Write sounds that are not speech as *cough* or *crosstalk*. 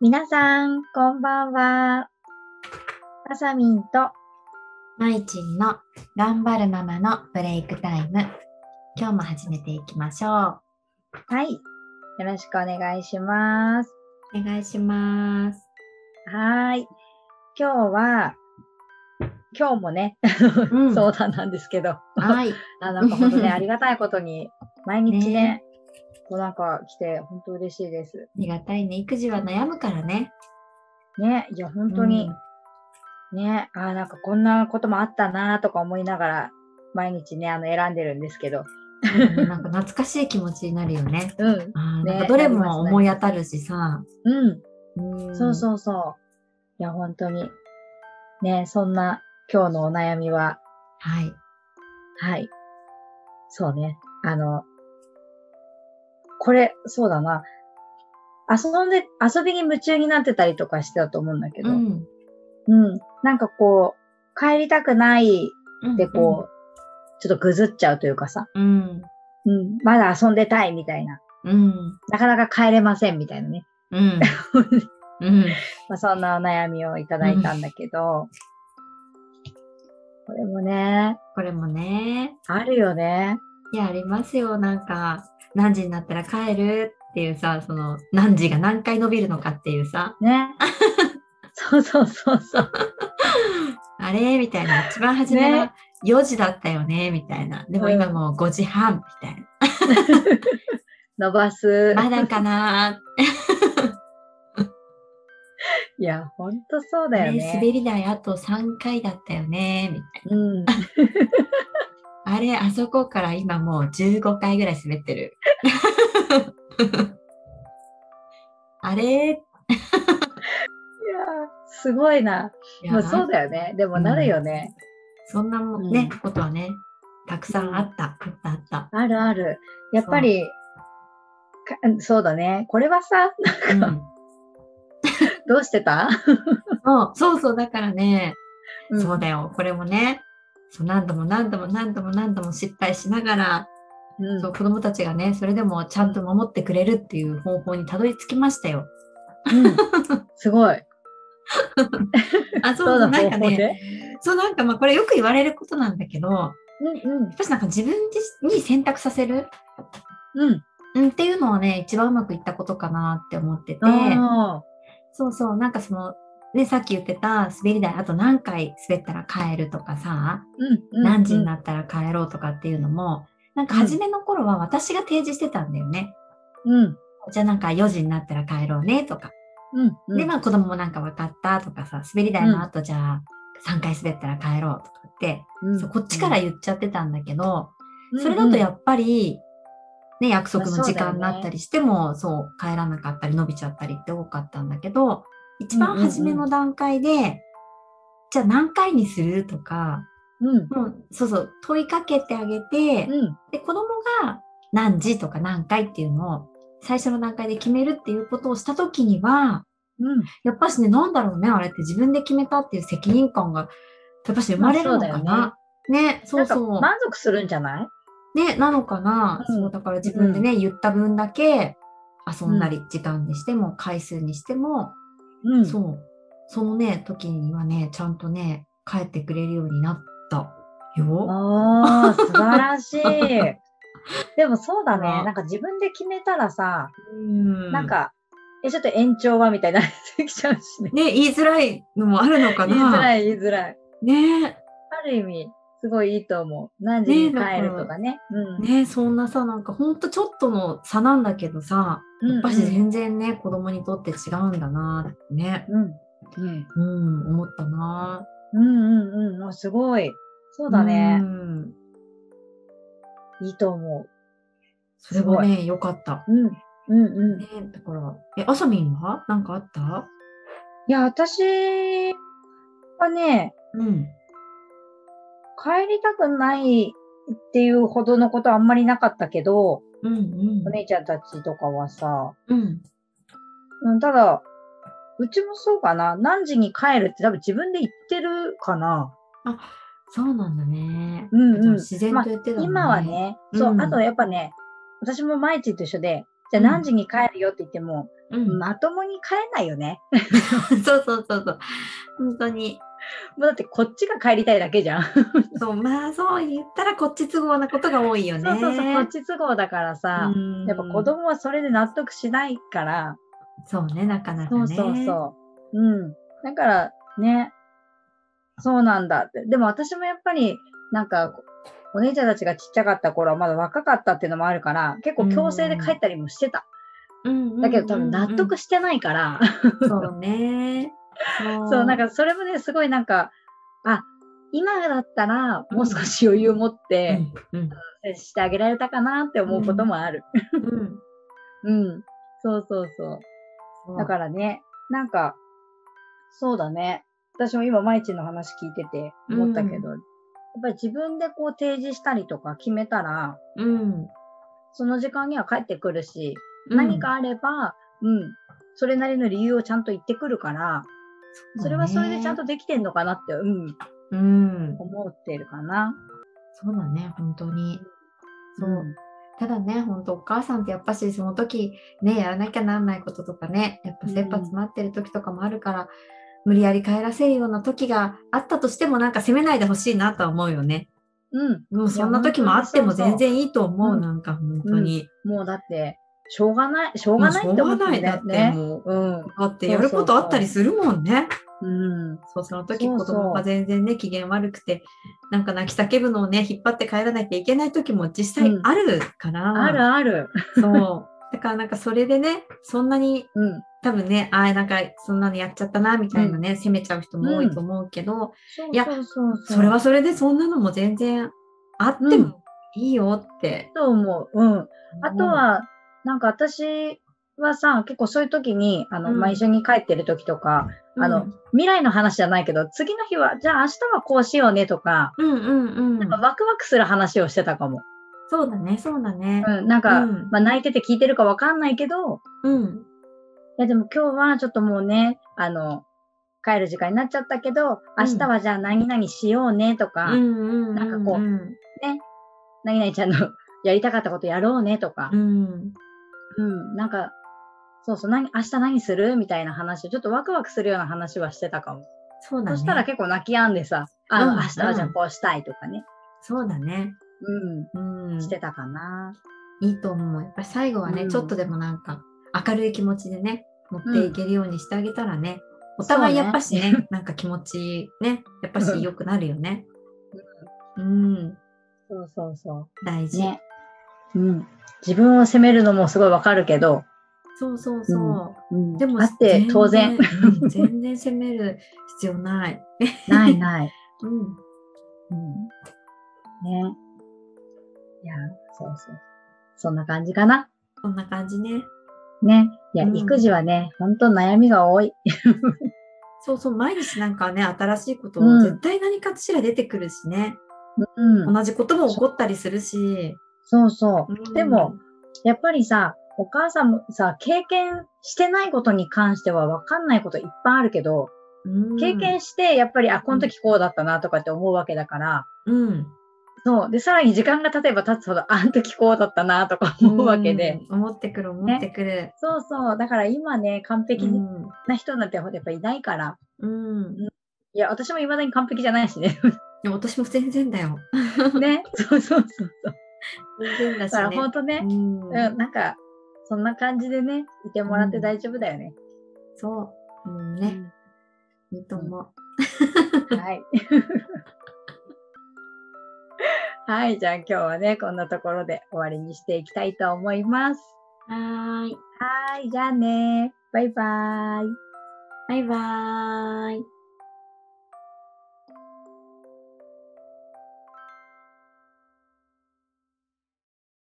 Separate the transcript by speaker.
Speaker 1: 皆さん、こんばんは。あさみんと、
Speaker 2: まいちんの頑張るママのブレイクタイム。今日も始めていきましょ
Speaker 1: はい。よろしくお願いします。
Speaker 2: う。お願いします。
Speaker 1: はーい。今日は、今日もね、*laughs*
Speaker 2: う
Speaker 1: 相談なんですけど、
Speaker 2: はい。
Speaker 1: *laughs* あなんか本当 *laughs* ね、ありがたいことに、毎日ね、こうなんか来て、本当嬉しいです。
Speaker 2: ありがたいね。育児は悩むからね。
Speaker 1: ね、いや、本当に、ね、あーなんかこんなこともあったなとか思いながら、毎日ね、あの、選んでるんですけど、
Speaker 2: うん。うんなんか懐かしい気持ちになるよね。
Speaker 1: うん、
Speaker 2: あー
Speaker 1: *laughs* ね
Speaker 2: なんかどれも思い当たるしさ。
Speaker 1: うん。
Speaker 2: うん
Speaker 1: そうそうそう。いや、本当に。ね、そんな今日のお悩みは、
Speaker 2: はい。
Speaker 1: はい。そうね。あの、これ、そうだな。遊んで、遊びに夢中になってたりとかしてたと思うんだけど、
Speaker 2: う
Speaker 1: うん。
Speaker 2: ん。
Speaker 1: なんかこう、帰りたくないでこう、ちょっとぐずっちゃうというかさ、
Speaker 2: うん。
Speaker 1: うん。まだ遊んでたいみたいな。
Speaker 2: うん。
Speaker 1: なかなか帰れませんみたいなね。 *laughs*
Speaker 2: うん。うん。
Speaker 1: まあ、そんなお悩みをいただいたんだけど、これもね、
Speaker 2: これもね。
Speaker 1: あるよね。
Speaker 2: いや、ありますよ。なんか、何時になったら帰るっていうさ、その、何時が何回伸びるのかっていうさ、 *laughs*
Speaker 1: ね。そうそうそうそう。
Speaker 2: あれみたいな。一番初めは4時だったよね、みたいな。でも今もう5時半、みたい
Speaker 1: 伸ばす。
Speaker 2: な。まだかな
Speaker 1: いや、ほんとそうだよ
Speaker 2: ー、
Speaker 1: ね。
Speaker 2: 滑り台あと3回だったよね、みた
Speaker 1: う
Speaker 2: い
Speaker 1: ん。
Speaker 2: な。あれ、あそこから今もう15回ぐらい滑ってる。 *laughs* あれ
Speaker 1: いやー、すごいな。
Speaker 2: いや
Speaker 1: まあ、そうだよね。でもなるよね。
Speaker 2: そんなもんね、
Speaker 1: うん
Speaker 2: ことはね、たくさんあった、あった、あった。
Speaker 1: あるある。やっぱり、かそうだね。これはさ、
Speaker 2: うん
Speaker 1: どうしてた、
Speaker 2: そうそうそう、だからね、
Speaker 1: うん
Speaker 2: そうだよ、これもね、そう何度も何度も何度も何度も失敗しながら、
Speaker 1: うん
Speaker 2: そう子供たちがね、それでもちゃんと守ってくれるっていう方法にたどり着きましたよ。
Speaker 1: うん。す
Speaker 2: *laughs*
Speaker 1: ごい。
Speaker 2: あ、そう
Speaker 1: どう
Speaker 2: そう、
Speaker 1: だ
Speaker 2: なんか
Speaker 1: 方法
Speaker 2: ね、
Speaker 1: で
Speaker 2: そうなんかまあこれよく言われることなんだけど、やっ
Speaker 1: うん
Speaker 2: ぱしなんか自分自に選択させる、
Speaker 1: うん。うん。
Speaker 2: うん、っていうのはね、一番うまくいったことかなって思ってて、
Speaker 1: あ
Speaker 2: そうそう、なんかその、ね、さっき言ってた滑り台あと何回滑ったら帰るとかさ、
Speaker 1: ーうんうん。
Speaker 2: 何時に
Speaker 1: る
Speaker 2: なったら帰ろうとかっていうのも、なんか初めの頃は私が提示してたんだよね。
Speaker 1: うん。
Speaker 2: じゃあなんか4時になったら帰ろうねとか。
Speaker 1: うんうん。
Speaker 2: で、まあ子供もなんか分かったとかさ、滑り台の後じゃあ3回滑ったら帰ろうとかって、
Speaker 1: うん
Speaker 2: そうこっちから言っちゃってたんだけど、
Speaker 1: うん
Speaker 2: それだとや
Speaker 1: うん
Speaker 2: っぱり、ね、約束
Speaker 1: まあ
Speaker 2: の
Speaker 1: そう
Speaker 2: 時
Speaker 1: だよ
Speaker 2: 間
Speaker 1: ね
Speaker 2: になったりしても、そう、帰らなかったり伸びちゃったりって多かったんだけど、一番初めの段階で、じゃあ何回にするとか、
Speaker 1: うん
Speaker 2: もうそうそう、問いかけてあげて、
Speaker 1: うん
Speaker 2: で、子供が何時とか何回っていうのを最初の段階で決めるっていうことをしたときには、
Speaker 1: うん
Speaker 2: やっぱしね、なんだろうね、あれって自分で決めたっていう責任感が、やっぱし生まれるのか
Speaker 1: まあ
Speaker 2: な。ね、そうそ
Speaker 1: なん
Speaker 2: う。
Speaker 1: か満足するんじゃない
Speaker 2: ね、なのかな。
Speaker 1: うん
Speaker 2: そう、だから自分でね、言った分だけ遊んだり、時間にしても、回数にしても、
Speaker 1: うん
Speaker 2: そ、
Speaker 1: そう
Speaker 2: そのね、時にはね、ちゃんとね、帰ってくれるようになった
Speaker 1: う。
Speaker 2: よ。
Speaker 1: おー、素晴らし *laughs* い。でもそうだね。
Speaker 2: うん
Speaker 1: なんか自分で決めたらさ、
Speaker 2: うん
Speaker 1: なん、か、え、ちょっと延長はみたいになってきちゃうしね。
Speaker 2: ね、言いづらいのもあるのかな。
Speaker 1: 言いづらい、言いづらい。
Speaker 2: ね
Speaker 1: ある意味、すごいいいと思う。何時に帰るとかね。うん。
Speaker 2: ねそんなさ、なんかほんとちょっとの差なんだけどさ、
Speaker 1: うん
Speaker 2: やっぱし全然ね、子供にとって違うんだなってね、
Speaker 1: うん。うん。
Speaker 2: うん、思ったな。
Speaker 1: うんうんうん。あすごい。そうだね
Speaker 2: う。ん。
Speaker 1: いいと思
Speaker 2: それはね、よかった。
Speaker 1: う。うん。うんうん。
Speaker 2: ね、だから、え、あさみんはなんかあった
Speaker 1: いや、私はね、
Speaker 2: うん。
Speaker 1: 帰りたくないっていうほどのことはあんまりなかったけど、
Speaker 2: うんうん
Speaker 1: お。姉ちゃんたちとかはさ、
Speaker 2: うん。
Speaker 1: うん、ただ、うちもそうかな。何時に帰るって多分自分で言ってるかな。
Speaker 2: そうなんだね。
Speaker 1: うんうん
Speaker 2: じゃあ自然と言ってた、
Speaker 1: 今は。ね、そうう、
Speaker 2: ん
Speaker 1: あとやっぱね、私も毎日と一緒で、じゃあ何時に帰るよって言っても、
Speaker 2: うん、
Speaker 1: まともに帰れないよね。
Speaker 2: *laughs* そうそうそうそう。本当に。
Speaker 1: もうだってこっちが帰りたいだけじゃん。
Speaker 2: そう、まあそう言ったらこっち都合なことが多いよね。
Speaker 1: そうそうそう、こっち都合だからさ、
Speaker 2: うん
Speaker 1: やっぱ子供はそれで納得しないから、
Speaker 2: そうね、なかなか
Speaker 1: そ
Speaker 2: ね。
Speaker 1: うそうそう。うん。だから、ね、そうなんだって。でも私もやっぱり、なんか、お姉ちゃんたちがちっちゃかった頃はまだ若かったっていうのもあるから、結構強制で帰ったりもしてた。
Speaker 2: うんうんうんうん。
Speaker 1: だけど多分納得してないから、
Speaker 2: そうね。そ
Speaker 1: そう、なんかそれもね、すごいなんか、あ、今だったらもう少し余裕を持って
Speaker 2: うんうん
Speaker 1: 接してあげられたかなって思うこともある。
Speaker 2: うん
Speaker 1: うん。そうそうそう。
Speaker 2: そう
Speaker 1: だからね、なんか、そうだね。私も今、まいちの話聞いてて思ったけど、やっぱり自分でこう提示したりとか決めたら、
Speaker 2: うん、
Speaker 1: その時間には帰ってくるし、何かあれば、うん、それなりの理由をちゃんと言ってくるから、それはそれでちゃんとできてんのかなって、うん、
Speaker 2: うん、うん、
Speaker 1: 思ってるかな。
Speaker 2: そうだね本当にそう、
Speaker 1: うん
Speaker 2: ただね本当お母さんってやっぱしその時ねやらなきゃなんないこととかねやっぱ切羽詰まってる時とかもあるから、無理やり帰らせるような時があったとしてもなんか責めないでほしいなとは思うよね
Speaker 1: うん。
Speaker 2: もうそんな時もあっても
Speaker 1: いや本当にそうそう
Speaker 2: 全然いいと思う、
Speaker 1: うん
Speaker 2: なんか本当に、
Speaker 1: もうだって、しょうがない、しょうがない
Speaker 2: もう
Speaker 1: っ
Speaker 2: してょう
Speaker 1: 思
Speaker 2: が
Speaker 1: って
Speaker 2: ないだって
Speaker 1: んだよね。
Speaker 2: もう
Speaker 1: うん。
Speaker 2: だってやることあったりするもんね
Speaker 1: うん。
Speaker 2: そう、その時
Speaker 1: そう
Speaker 2: 子
Speaker 1: そう
Speaker 2: 供が全然ね、機嫌悪くて、なんか泣き叫ぶのをね、引っ張って帰らなきゃいけない時も実際
Speaker 1: うん
Speaker 2: あるから、
Speaker 1: あるある。
Speaker 2: そう。 *laughs* だからなんかそれでね、そんなに
Speaker 1: うん。
Speaker 2: 多分ね、ああ、なんかそんなのやっちゃったな、みたいなね、責めちゃう人も多いと思うけど、いや
Speaker 1: そうそううう
Speaker 2: それはそれでそんなのも全然あってもいいよって。
Speaker 1: と思う。うん。あと、は、なんか私はさ、結構そういう時に、あの、
Speaker 2: うん
Speaker 1: まあ、一緒に帰ってる時とか、あの、未来の話じゃないけど、次の日は、じゃあ明日はこうしようねとか、
Speaker 2: うんうんう
Speaker 1: なん
Speaker 2: ん
Speaker 1: か。ワクワクする話をしてたかも。
Speaker 2: そうだね、そうだね。
Speaker 1: うん。なんか、
Speaker 2: うん
Speaker 1: まあ、泣いてて聞いてるかわかんないけど、
Speaker 2: うん。
Speaker 1: いやでも今日はちょっともうね、あの、帰る時間になっちゃったけど、
Speaker 2: うん
Speaker 1: 明日はじゃあ何々しようねと
Speaker 2: う
Speaker 1: か、
Speaker 2: んうんうん。
Speaker 1: なんかこう
Speaker 2: うん
Speaker 1: 何々ちゃんの *laughs* やりたかったことやろうねとか
Speaker 2: う、ん。
Speaker 1: うん、なんか、そうそう、何、明日何するみたいな話を、ちょっとワクワクするような話はしてたかも。
Speaker 2: そうだね。
Speaker 1: そしたら結構泣き止んでさ、あの、
Speaker 2: うん
Speaker 1: 明日はじゃあこうしたいとかね、
Speaker 2: そうだね。
Speaker 1: う、
Speaker 2: うんん。
Speaker 1: してたかな。
Speaker 2: いいと思う。やっぱり最後はね、
Speaker 1: うん
Speaker 2: ちょっとでもなんか明るい気持ちでね、持っていけるようにしてあげたらね、お互いやっぱしね、なんか気持ちね、やっぱ
Speaker 1: うん
Speaker 2: し良くなるよね。うん、
Speaker 1: そうそうそ
Speaker 2: 大
Speaker 1: う。
Speaker 2: 事。
Speaker 1: ね。うん。自分を責めるのもすごいわかるけど、
Speaker 2: そうそうそう。
Speaker 1: うん、
Speaker 2: でも、
Speaker 1: あって当 *laughs* 然、
Speaker 2: うん全然責める必要ない。
Speaker 1: ないない。
Speaker 2: うん、
Speaker 1: うん。ね。いや、そうそう。そんな感じかな。
Speaker 2: そんな感じね。
Speaker 1: ね。いや、
Speaker 2: うん
Speaker 1: 育児はね、ほんと悩みが多い。
Speaker 2: そうそう、毎日なんかね、新しいこと、
Speaker 1: うん
Speaker 2: 絶対何かしら出てくるしね、
Speaker 1: うん。
Speaker 2: 同じことも起こったりするし。
Speaker 1: そうそうう。
Speaker 2: ん
Speaker 1: でも、、やっぱりさ、お母さんもさ、経験してないことに関しては分かんないこといっぱいあるけど、
Speaker 2: うん
Speaker 1: 経験して、やっぱり、あ、この時こうだったなとかって思うわけだから、
Speaker 2: うん、
Speaker 1: そう。で、さらに時間が経てば経つほど、あの時こうだったなとか思うわけで。
Speaker 2: うん。思ってくる、思ってくる。
Speaker 1: そうそう。だから今ね、完璧
Speaker 2: うん
Speaker 1: な人なんてやっぱいないから。
Speaker 2: うん。
Speaker 1: いや、私も未だに完璧じゃないし
Speaker 2: *laughs*
Speaker 1: ね。
Speaker 2: でも私も全然だよ。
Speaker 1: ね。そうそうそうそう。
Speaker 2: 全然だ
Speaker 1: だ
Speaker 2: し
Speaker 1: から
Speaker 2: ね。
Speaker 1: 本当ね、
Speaker 2: うん
Speaker 1: うん、なんか、そんな感じでね、いてもらって大丈夫だよね。
Speaker 2: そう。うんね、いいと思う。
Speaker 1: うんはい。 *laughs* はい、じゃあ今日はね、こんなところで終わりにしていきたいと思います。
Speaker 2: はーい。
Speaker 1: はい、じゃあね。バイバーイ。
Speaker 2: バイバーイ。